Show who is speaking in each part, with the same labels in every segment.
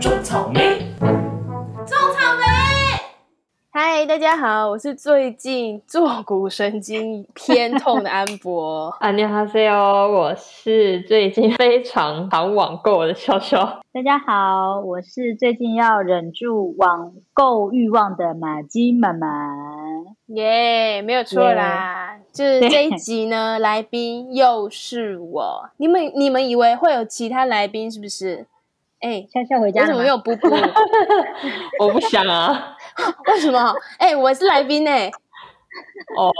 Speaker 1: 种草莓。
Speaker 2: 种草莓。
Speaker 3: 嗨，大家好，我是最近坐骨神经偏痛的安博。
Speaker 4: 안녕하세요，我哦是最近非常常网购的笑笑。
Speaker 5: 大家好，我是最近要忍住网购欲望的马姬妈妈。
Speaker 3: 耶、没有错啦就是这一集呢，来宾又是我。你们你们以为会有其他来宾是不是？哎、
Speaker 5: 笑笑回家
Speaker 3: 为
Speaker 5: 了
Speaker 3: 什
Speaker 5: 吗
Speaker 3: 么没有 布布？为
Speaker 4: 我不想啊，
Speaker 3: 什么？哎、我是来宾呢、
Speaker 4: 哦，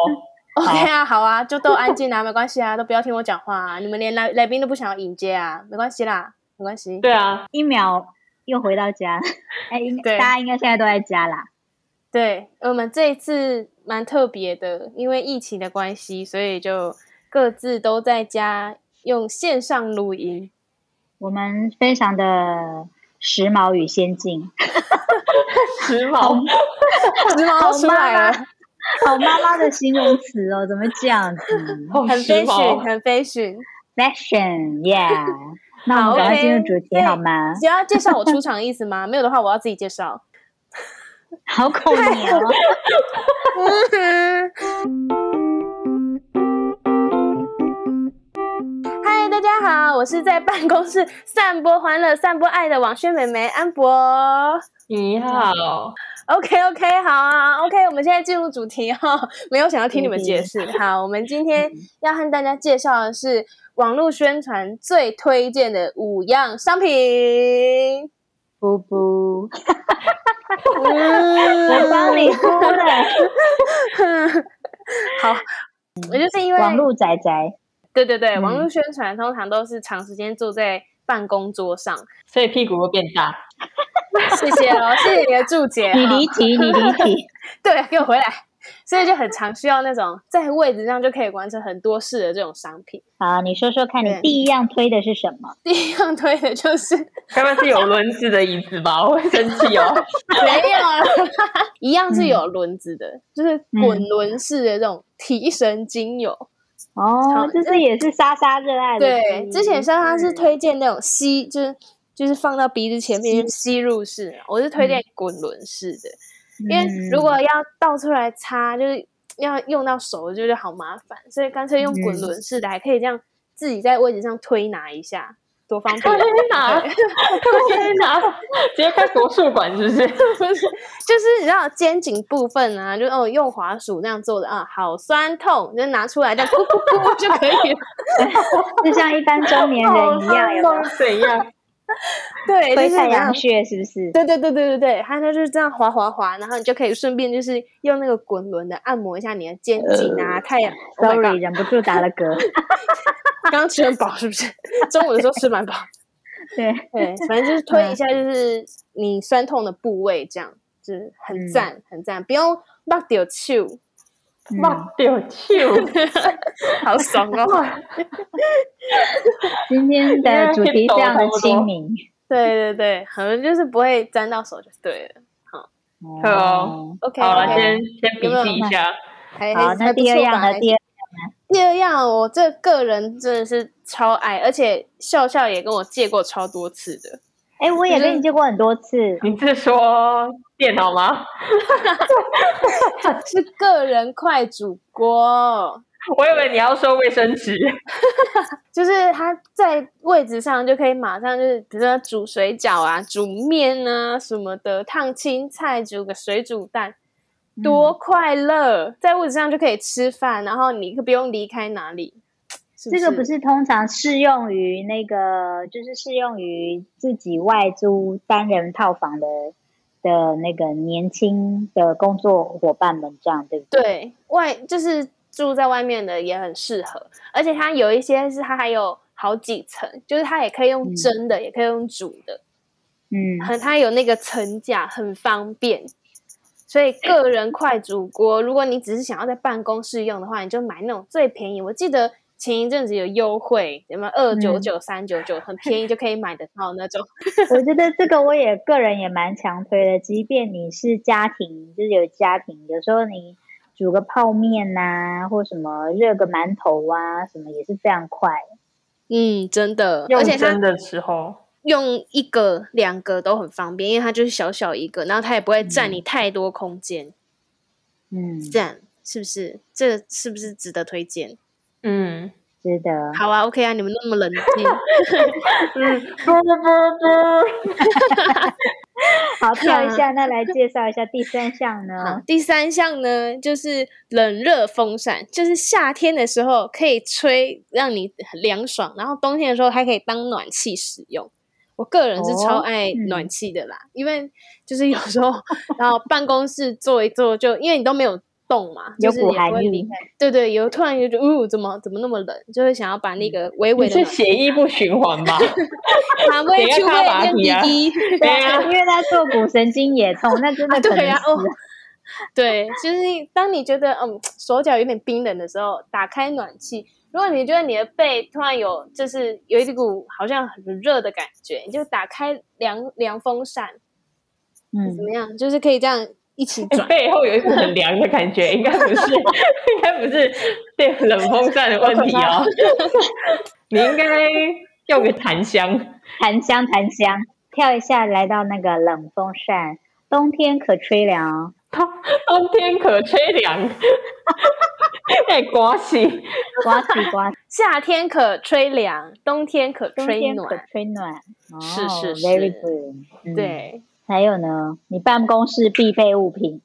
Speaker 3: OK 啊， 好啊，就都安静啊，没关系啊，都不要听我讲话啊。你们连来来宾都不想要迎接啊，没关系啦，没关系。
Speaker 4: 对啊，
Speaker 5: 一秒又回到家？哎，应
Speaker 3: 对
Speaker 5: 大家应该现在都在家啦。
Speaker 3: 对，呃我们这一次蛮特别的，因为疫情的关系，所以就各自都在家用线上录音。
Speaker 5: 我们非常的时髦与先进，
Speaker 4: 时髦，
Speaker 3: 时髦都出来了，
Speaker 5: 好妈妈的形容词哦，怎么这样子
Speaker 4: 好
Speaker 3: 很
Speaker 4: 时
Speaker 3: fashion，
Speaker 4: 髦，
Speaker 3: 很 fashion。
Speaker 5: ？Fashion，yeah。那我们赶快进入主题好吗？
Speaker 3: 只要介绍我出场的意思吗？没有的话，我要自己介绍。
Speaker 5: 好恐怖 哦！
Speaker 3: 嗨，大家好，我是在办公室散播欢乐、散播爱的网宣美眉安博。
Speaker 4: 你好，
Speaker 3: OK OK，好啊，OK，我们现在进入主题哈、 没有想要听你们解
Speaker 5: 嗯
Speaker 3: 释。好，我们今天要和大家介绍的是网络宣传最推荐的五样商品。
Speaker 5: 布布，
Speaker 3: 我
Speaker 5: 我帮你哭了。
Speaker 3: 好，我就是因为
Speaker 5: 网络宅宅，
Speaker 3: 对对对，
Speaker 5: 嗯
Speaker 3: 网络宣传通常都是长时间坐在办公桌 上。
Speaker 4: 所以屁股会变大。
Speaker 3: 谢谢哦，谢谢你的注解。
Speaker 5: 你
Speaker 3: 哈
Speaker 5: 离题，你离 题。
Speaker 3: 对，给我回来。所以就很常需要那种在位置上就可以完成很多事的这种商品。
Speaker 5: 好，你说说看
Speaker 3: 对
Speaker 5: 你第一样推的是什么？
Speaker 3: 第一样推的就是
Speaker 4: 该不会是有轮子的椅子吧？我 会生气哦。
Speaker 3: 没有啊啦， 一样是有轮子的，就是滚轮式的这种提神精油。好
Speaker 5: 哦，这是也是莎莎热爱的之一。
Speaker 3: 对，之前莎莎是推荐那种吸，就是就是放到鼻子前面嗯吸嗯入式，我是推荐滚轮式的，
Speaker 5: 嗯
Speaker 3: 因为如果要倒出来擦，就是要用到手，就是好麻烦，所以干脆用滚轮式的，还可以这样自己在位置上推拿一下，多方 便。
Speaker 4: 推拿， 推拿，直接开国术馆是不是？
Speaker 3: 就是你知道肩颈部分啊，就哦用滑鼠那样做的啊，好酸痛，就拿出来这样噗噗噗就可以了。
Speaker 5: 就像一般中年人一 样，有没有
Speaker 4: 怎 样？
Speaker 3: 对，就
Speaker 5: 推
Speaker 3: 是
Speaker 5: 太
Speaker 3: 你要
Speaker 5: 阳穴，是不是？
Speaker 3: 对对对对对对，它它就是这样滑滑滑，然后你就可以顺便就是用那个滚轮的按摩一下你的肩颈啊、太阳。Oh my god，
Speaker 5: Sorry，忍不住打了 嗝。
Speaker 3: 刚刚吃很饱是不是？中午的时候吃蛮饱。
Speaker 5: 对，
Speaker 3: 对，反正就是推一下，就是你酸痛的部位，这样就是很
Speaker 5: 嗯
Speaker 3: 赞、很赞，不用忘掉手，
Speaker 5: 嗯，
Speaker 4: 忘掉球，
Speaker 3: 好爽哦！
Speaker 5: 今 天的主题非常的亲民。
Speaker 3: 对对对，好像就是不会沾到手就对了。
Speaker 4: 对哦，
Speaker 3: OK，
Speaker 4: 好了，
Speaker 3: OK
Speaker 4: 先先笔记一下。
Speaker 3: 还
Speaker 5: 好，
Speaker 3: 还
Speaker 5: 那
Speaker 3: 还不
Speaker 5: 第二
Speaker 3: 错
Speaker 5: 样
Speaker 3: 吧
Speaker 5: 呢？
Speaker 3: 还
Speaker 5: 第二，
Speaker 3: 第二样，我这个人真的是超爱，而且笑笑也跟我借过超多次的。
Speaker 5: 哎，我也跟你见过很多次。
Speaker 4: 你是说电脑吗？
Speaker 3: 是个人快煮锅，
Speaker 4: 我以为你要说卫生纸。
Speaker 3: 就是他在位置上就可以马上就是，比如说煮水饺啊、煮面啊什么的，烫青菜、煮个水煮蛋，
Speaker 5: 嗯
Speaker 3: 多快乐！在位置上就可以吃饭，然后你不用离开哪里。是
Speaker 5: 这个不是通常适用于那个，就是适用于自己外租单人套房的的那个年轻的工作伙伴们，这样对不对？
Speaker 3: 对外就是住在外面的也很适合，而且它有一些是它还有好几层，就是它也可以用
Speaker 5: 嗯
Speaker 3: 蒸的，也可以用煮的，
Speaker 5: 嗯，
Speaker 3: 很它有那个层架，很方便。所以个人快煮锅，如果你只是想要在办公室用的话，你就买那种最便宜。我记得前一阵子有优惠，有没有二九九、三九九，很便宜就可以买得到那种。
Speaker 5: 我觉得这个我也个人也蛮强推的，即便你是家庭，就是有家庭，有时候你煮个泡面呐、或什么热个馒头啊，什么也是非常快。
Speaker 3: 嗯，真的，
Speaker 4: 用
Speaker 3: 而且它
Speaker 4: 蒸的时候，
Speaker 3: 用一个、两个都很方便，因为它就是小小一个，然后它也不会占你太多空间，
Speaker 5: 嗯，
Speaker 3: 这样是不是？这是不是值得推荐？
Speaker 4: 嗯，
Speaker 5: 是的，
Speaker 3: 好啊，OK 啊，你们那么冷静，
Speaker 4: 不不不
Speaker 5: 好跳一
Speaker 3: 啊
Speaker 5: 下，那来介绍一下第三项
Speaker 3: 好
Speaker 5: 呢，？
Speaker 3: 第三项呢，就是冷热风扇，就是夏天的时候可以吹，让你很凉爽，然后冬天的时候还可以当暖气使用。我个人是超
Speaker 5: 哦
Speaker 3: 爱
Speaker 5: 嗯
Speaker 3: 暖气的啦，因为就是有时候， 然后办公室坐一坐就，因为你都没有动嘛，就
Speaker 5: 有
Speaker 3: 是
Speaker 5: 股
Speaker 3: 也不
Speaker 5: 寒
Speaker 3: 会
Speaker 5: 意
Speaker 3: 离，对对，有突然就觉得，哦呜、怎么怎么那么冷，就会想要把那个微
Speaker 4: 不，
Speaker 3: 微
Speaker 4: 你
Speaker 3: 的
Speaker 4: 是血液不循环 吧？
Speaker 3: 寒微
Speaker 4: 等一下
Speaker 3: 去
Speaker 4: 他把
Speaker 3: 味
Speaker 4: 它提啊
Speaker 3: 跟滴滴，
Speaker 5: 对
Speaker 4: 对啊
Speaker 5: 啊，因为他坐骨神经也 痛，那真的
Speaker 3: 啊对
Speaker 5: 可能
Speaker 3: 啊
Speaker 5: 死
Speaker 3: 哦对，就是当你觉得嗯手脚有点冰冷的时候，打开暖气。如果你觉得你的背突然有就是有一股好像很热的感觉，你就打开凉凉风扇，
Speaker 5: 嗯
Speaker 3: 怎，么样？就是可以这样一 起
Speaker 5: 啊
Speaker 3: 转。
Speaker 4: 背后有一股很凉的感觉，应该不是， 应该不是电冷风扇的问题
Speaker 5: 啊
Speaker 4: 哦。 你应该用个檀香，
Speaker 5: 檀香檀香，跳一下来到那个冷风扇，冬天可吹凉 哦，
Speaker 4: 冬天可吹凉。 哎，刮起，
Speaker 5: 刮起刮起，
Speaker 3: 夏天可吹凉，冬天可
Speaker 5: 冬
Speaker 3: 吹
Speaker 5: 天可
Speaker 3: 暖。
Speaker 5: 吹暖。哦
Speaker 3: 是是是
Speaker 5: ，very good。嗯，
Speaker 3: 对，
Speaker 5: 还有呢，你办公室必备物品，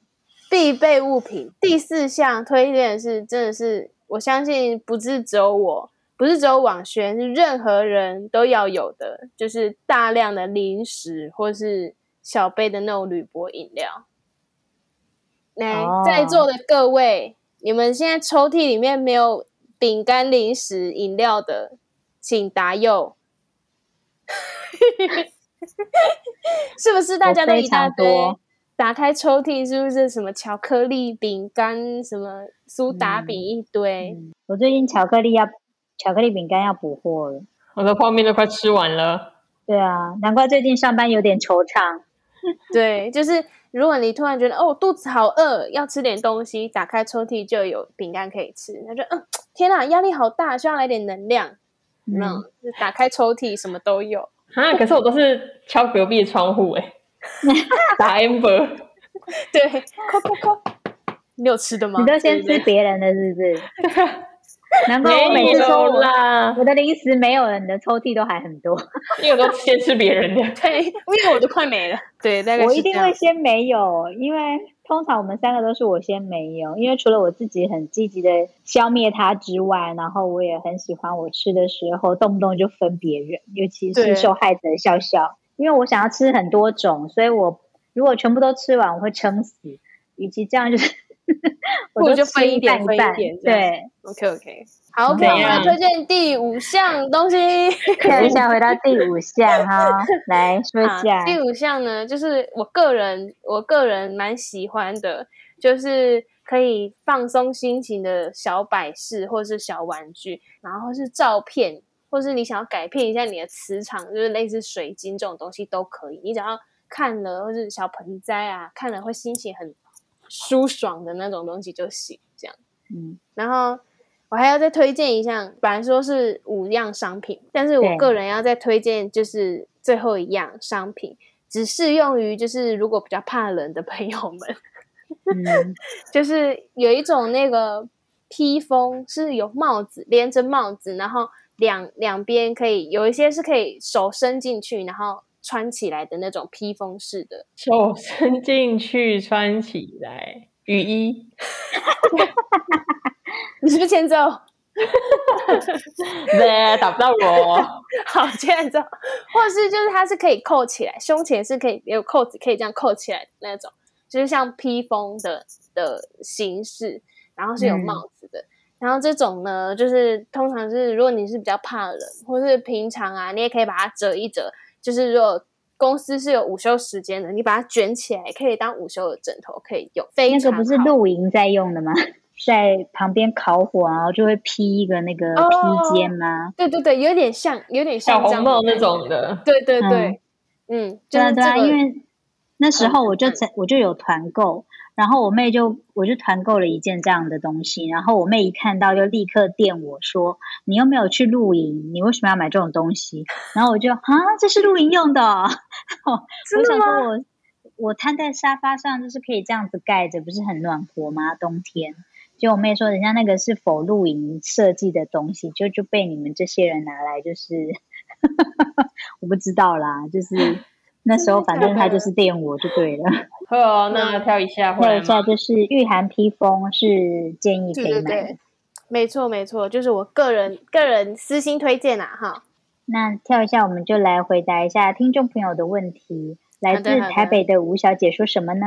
Speaker 3: 必备物品第四项推荐是，真的是我相信不是只有我，不是只有网宣，是任何人都要有的，就是大量的零食或是小杯的那种铝箔饮料。来，
Speaker 5: 哦
Speaker 3: 在座的各位，你们现在抽屉里面没有饼干、零食、饮料的，请答右。 是不是大家都
Speaker 5: 我非
Speaker 3: 一大
Speaker 5: 常
Speaker 3: 堆？
Speaker 5: 多
Speaker 3: 打开抽屉是不是什么巧克力、饼干、什么苏打饼一堆？
Speaker 5: 我最近巧克力要巧克力饼干要补货了。
Speaker 4: 我的泡面都快吃完了。
Speaker 5: 对啊，难怪最近上班有点惆怅。
Speaker 3: 对，就是如果你突然觉得哦肚子好饿，要吃点东西，打开抽屉就有饼干可以吃。他说嗯，天啊，压力好大，需要来点能量。那、
Speaker 5: 嗯，
Speaker 3: 种就打开抽屉什么都有。
Speaker 4: 啊！可是我都是敲隔壁的窗户 哎、打 amber，
Speaker 3: 对，扣扣扣，你有吃的吗？
Speaker 5: 你都
Speaker 3: 对
Speaker 5: 先吃
Speaker 3: 不对
Speaker 5: 别人的，是不是？ 难怪我
Speaker 4: 没
Speaker 5: 每次说
Speaker 4: 有
Speaker 5: 我
Speaker 4: 啦，
Speaker 5: 我的零食没有了，你的抽屉都还很多。
Speaker 4: 因为我都先吃别人的。
Speaker 3: 对，因为我都快没了。 对，大概
Speaker 5: 我
Speaker 3: 是
Speaker 5: 一定
Speaker 3: 这样
Speaker 5: 会先没有，因为通常我们三个都是我先没有，因为除了我自己很积极的消灭它之外，然后我也很喜欢我吃的时候动不动就分别人，尤其
Speaker 3: 对
Speaker 5: 是受害者笑笑，因为我想要吃很多种，所以我如果全部都吃完，我会撑死。与其这样，就是
Speaker 3: 不
Speaker 5: 我
Speaker 3: 如
Speaker 5: 都
Speaker 3: 就
Speaker 5: 吃
Speaker 3: 分一点
Speaker 5: 半
Speaker 3: 分一
Speaker 5: 半
Speaker 3: 点这样
Speaker 5: 对，
Speaker 3: OK OK，好，OK，
Speaker 5: 怎
Speaker 3: 我们来
Speaker 4: 样
Speaker 3: 推荐第五项东西。
Speaker 5: 跳一下回到第五项 哈、来说一
Speaker 3: 啊
Speaker 5: 下，
Speaker 3: 第五项呢，就是我个人，我个人蛮喜欢的，就是可以放松心情的小摆饰或是小玩具，然后是照片，或是你想要改变一下你的磁场，就是类似水晶这种东西都可以。你只要看了，或是小盆栽啊，看了会心情很舒爽的那种东西就行，这样。
Speaker 5: 嗯，
Speaker 3: 然后我还要再推荐一项，本来说是五样商品，但是我
Speaker 5: 对
Speaker 3: 个人要再推荐就是最后一样商品，只适用于就是如果比较怕冷的朋友们，
Speaker 5: 嗯，
Speaker 3: 就是有一种那个披风是有帽子连着帽子，然后两两边可以有一些是可以手伸进去，然后穿起来的那种披风式的，
Speaker 4: 手伸进去穿起来，雨 衣
Speaker 3: 你是不是欠揍？
Speaker 4: 对，打不到 我。
Speaker 3: 好，这样子，或是就是它是可以扣起来，胸前是可以有扣子，可以这样扣起来的那种，就是像披风的的形式，然后是有
Speaker 5: 嗯
Speaker 3: 帽子的。然后这种呢，就是通常是如果你是比较怕冷，或是平常啊，你也可以把它折一折。就是如果公司是有午休时间的，你把它卷起来，可以当午休的枕头可以用。非
Speaker 5: 那
Speaker 3: 常
Speaker 5: 个
Speaker 3: 好。
Speaker 5: 不是露营在用的吗？ 在旁边烤火，然后就会披一个那个
Speaker 3: 哦
Speaker 5: 披肩吗？
Speaker 3: 对对对，有点像，有点像
Speaker 4: 小
Speaker 3: 这样的
Speaker 4: 红帽那
Speaker 3: 感觉。
Speaker 4: 种的，
Speaker 3: 对对
Speaker 5: 嗯
Speaker 3: 对，嗯，就
Speaker 5: 对啊
Speaker 3: 是这
Speaker 5: 对啊，
Speaker 3: 个嗯
Speaker 5: 因为那时
Speaker 3: 很
Speaker 5: 候我就
Speaker 3: 赞
Speaker 5: 曾我就有团购，然后我妹就我就团购了一件这样的东西，然后我妹一看到就立刻电我说：“你又没有去露营，你为什么要买这种东西？”然后我就啊，这是露营用的哦、我
Speaker 3: 真的
Speaker 5: 想
Speaker 3: 吗？
Speaker 5: 说我我瘫在沙发上就是可以这样子盖着，不是很暖和吗？冬天。就我妹说，人家那个是否露营设计的东西，就就被你们这些人拿来，就是 我不知道啦， 就是那时候反正他就是电我就对了。
Speaker 4: 呵哦，那挑一下回
Speaker 5: 还
Speaker 4: 来
Speaker 5: 有下
Speaker 4: 吗？
Speaker 5: 就是御寒披风是建议可
Speaker 3: 对对
Speaker 5: 以买的
Speaker 3: 对。，没错没错，就是我个人个人私心推荐啦哈。
Speaker 5: 那跳一下，我们就来回答一下听众朋友的问题。来
Speaker 3: 好的
Speaker 5: 自
Speaker 3: 好的
Speaker 5: 台北的吴小姐说什么呢？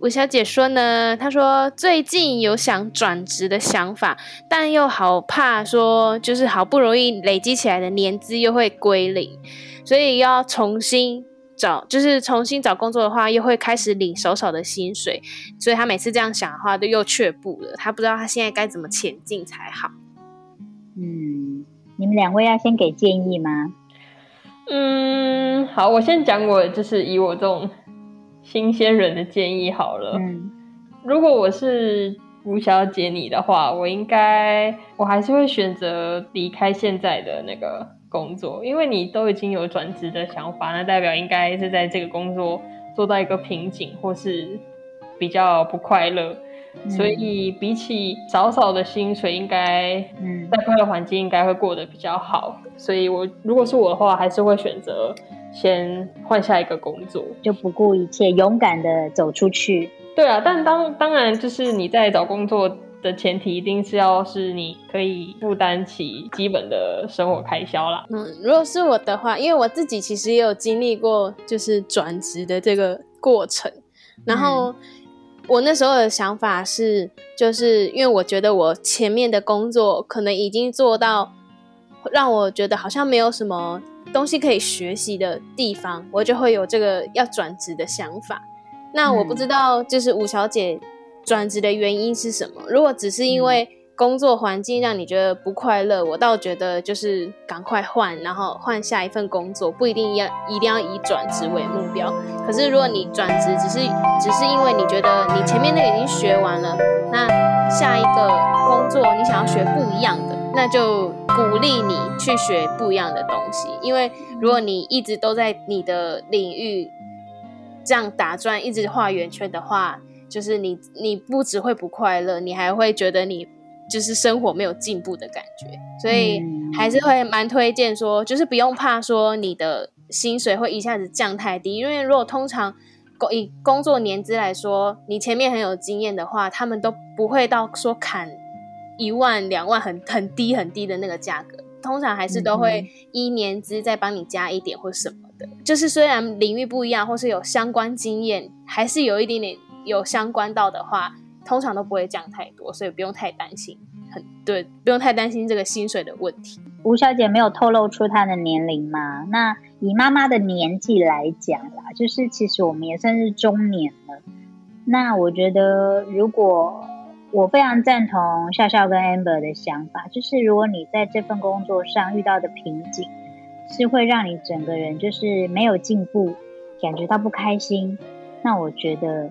Speaker 3: 吴小姐说呢，她说最近有想转职的想法，但又好怕说，就是好不容易累积起来的年资又会归零，所以要重新找，就是重新找工作的话，又会开始领少少的薪水，所以她每次这样想的话，就又却步了。她不知道她现在该怎么前进才好。
Speaker 5: 嗯，你们两位要先给建议吗？
Speaker 4: 嗯，好，我先讲我就是以我这种新鲜人的建议好了。
Speaker 5: 嗯
Speaker 4: 如果我是吴小姐你的话，我应该我还是会选择离开现在的那个工作，因为你都已经有转职的想法，那代表应该是在这个工作做到一个瓶颈，或是比较不快乐。
Speaker 5: 嗯
Speaker 4: 所以比起少少的薪水，应该
Speaker 5: 嗯
Speaker 4: 在快乐环境应该会过得比较好。所以我如果是我的话，还是会选择先换下一个工作。
Speaker 5: 就不顾一切，勇敢的走出去。
Speaker 4: 对啊，但当当然就是你在找工作的前提，一定是要是你可以负担起基本的生活开销啦。
Speaker 3: 嗯，如果是我的话，因为我自己其实也有经历过就是转职的这个过程，然后我那时候的想法是，就是因为我觉得我前面的工作可能已经做到让我觉得好像没有什么东西可以学习的地方，我就会有这个要转职的想法。那我不
Speaker 5: 嗯
Speaker 3: 知道，就是吴小姐转职的原因是什么？如果只是因为工作环境让你觉得不快乐，我倒觉得就是赶快换，然后换下一份工作，不一定要一定要以转职为目标。可是如果你转职只是只是因为你觉得你前面的已经学完了，那下一个工作你想要学不一样的，那就鼓励你去学不一样的东西，因为如果你一直都在你的领域这样打转，一直画圆圈的话，就是你你不只会不快乐，你还会觉得你就是生活没有进步的感觉，所以
Speaker 5: 嗯
Speaker 3: 还是会蛮推荐说，就是不用怕说你的薪水会一下子降太低，因为如果通常。工以工作年资来说，你前面很有经验的话，他们都不会到说砍一万、两万很很低很低的那个价格，通常还是都
Speaker 5: 嗯
Speaker 3: 会依年资再帮你加一点或什么的。就是虽然领域不一样，或是有相关经验，还是有一点点有相关到的话，通常都不会降太多，所以不用太担心。很对，不用太担心这个薪水的问题。
Speaker 5: 吴小姐没有透露出她的年龄嘛？那以妈妈的年纪来讲啦，就是其实我们也算是中年了。那我觉得，如果我非常赞同笑笑跟 Amber 的想法，就是如果你在这份工作上遇到的瓶颈，是会让你整个人就是没有进步，感觉到不开心，那我觉得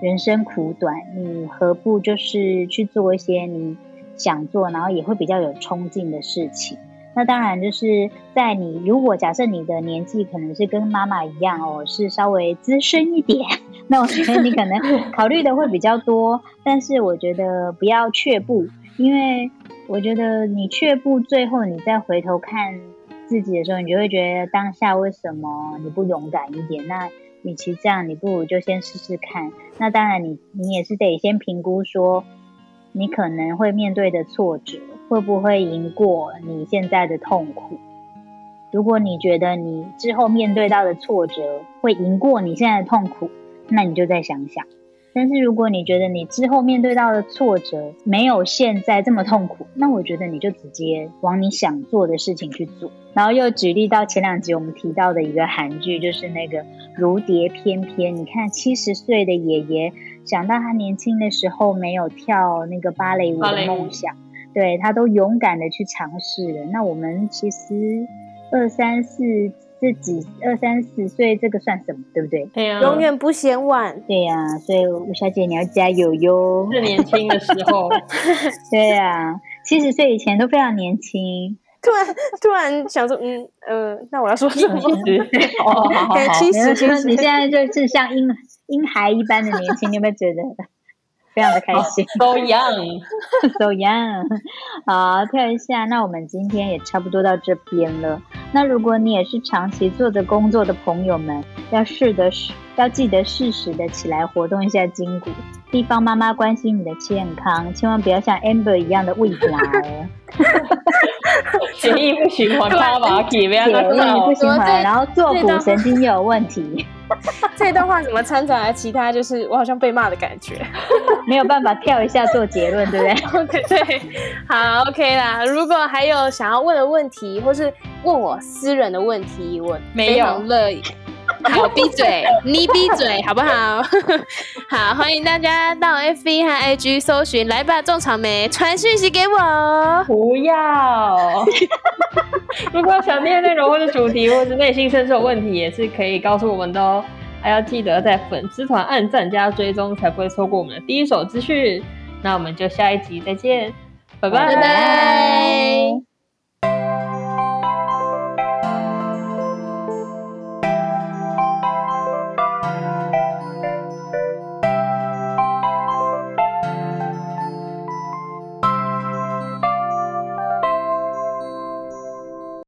Speaker 5: 人生苦短，你何不就是去做一些你想做，然后也会比较有冲劲的事情。那当然，就是在你如果假设你的年纪可能是跟妈妈一样哦，是稍微资深一点， 那我觉得你可能考虑的会比较多。但是我觉得不要却步，因为我觉得你却步，最后你再回头看自己的时候，你就会觉得当下为什么你不勇敢一点？那与其这样，你不如就先试试看。那当然你，你也是得先评估说，你可能会面对的挫折会不会赢过你现在的痛苦。如果你觉得你之后面对到的挫折会赢过你现在的痛苦，那你就再想想。但是如果你觉得你之后面对到的挫折没有现在这么痛苦，那我觉得你就直接往你想做的事情去做。然后又举例到前两集我们提到的一个韩剧，就是那个《如蝶翩翩》。你看，七十岁的爷爷想到他年轻的时候没有跳那个芭蕾舞
Speaker 4: 芭
Speaker 5: 的
Speaker 4: 蕾舞
Speaker 5: 梦想，对他都勇敢的去尝试了。那我们其实二三四自己二三十岁，这个算什么，对不对？
Speaker 4: 对呀、啊
Speaker 3: 永远不嫌晚。
Speaker 5: 对呀、所以吴小姐你要加油哟。
Speaker 4: 是年轻的时 候，
Speaker 5: 对呀、七十岁以前都非常年轻，
Speaker 3: 突然突然想说，嗯呃，那我要说什么？
Speaker 4: 是哦，好好好
Speaker 3: 感，七
Speaker 5: 没有
Speaker 3: 十
Speaker 5: 你
Speaker 3: 七十，
Speaker 5: 现在就是像婴婴孩一般的年轻，你有没有觉得非常的开心
Speaker 4: 都 一样，
Speaker 5: ？So young。好，跳一下。那我们今天也差不多到这边了。那如果你也是长期做着工作的朋友们，要适得适，要记得适时的起来活动一下筋骨。地方妈妈关心你的健康，千万不要像 Amber 一样的胃软 哦。
Speaker 4: 血液不循环，啪把它给不要
Speaker 5: 血
Speaker 4: 拿出来
Speaker 5: 液不
Speaker 4: 哦。
Speaker 5: 循
Speaker 3: 我这
Speaker 5: 环，然后坐
Speaker 3: 这
Speaker 5: 骨
Speaker 3: 段
Speaker 5: 神经也有问题，
Speaker 3: 这段话怎么掺杂了其他？就是我好像被骂的感觉。
Speaker 5: 没有办法跳一下做结论，对不对？
Speaker 3: OK，对，好 OK 啦。如果还有想要问的问题，或是问我私人的问题，我
Speaker 4: 没
Speaker 3: 非
Speaker 4: 有
Speaker 3: 常乐意。好，闭嘴，你闭嘴，好不好？ 好，欢迎大家到 FB 和 IG 搜寻“来吧种草莓”，传讯息给我哦。
Speaker 4: 不要。如果想听的内容或者主题，或者内心深处的问题，也是可以告诉我们的哦。还要记得在粉丝团按赞加追踪，才不会错过我们的第一手资讯。那我们就下一集再见，拜
Speaker 3: 拜拜。